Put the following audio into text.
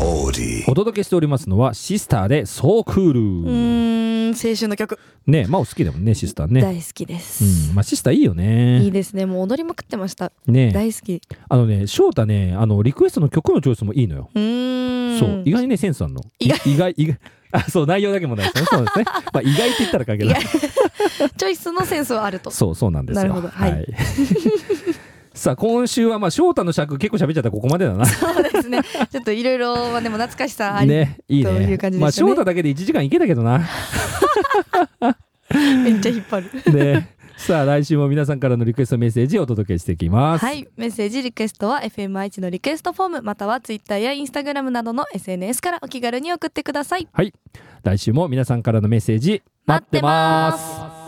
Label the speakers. Speaker 1: Audi.
Speaker 2: お届けしておりますのはシスターでソーク
Speaker 3: う
Speaker 2: ール
Speaker 3: ーん青春の曲、
Speaker 2: ねまあお好きだもんねシスターね
Speaker 3: 大好きです、
Speaker 2: うんまあシスターいいよ
Speaker 3: いい
Speaker 2: ね
Speaker 3: ですねもう踊りまくってました、
Speaker 2: ね
Speaker 3: 大好き
Speaker 2: あのね翔太ねあのリクエストの曲のチョイスもいいのよ
Speaker 3: うーん
Speaker 2: そう意外にねセンスあるの
Speaker 3: 意
Speaker 2: 外意外意外あそう内容だけもないですねそうですねまあ意外って言ったら関係ない
Speaker 3: チョイスのセンスはあ ると
Speaker 2: そうそうなんですよ。
Speaker 3: なるほどはい
Speaker 2: さあ今週はまあ翔太の尺結構喋っちゃったらここまでだな。
Speaker 3: そうですねちょっといろいろまあでも懐かしさあり、
Speaker 2: ねいいね。
Speaker 3: という感じでしたね
Speaker 2: まあ翔太だけで1時間いけたけどな。
Speaker 3: めっちゃ引っ張る
Speaker 2: ね。さあ来週も皆さんからのリクエストメッセージをお届けしていきます。
Speaker 3: はいメッセージリクエストは FMI のリクエストフォームまたはツイッターやインスタグラムなどの SNS からお気軽に送ってください
Speaker 2: 来週も皆さんからのメッセージ待ってます。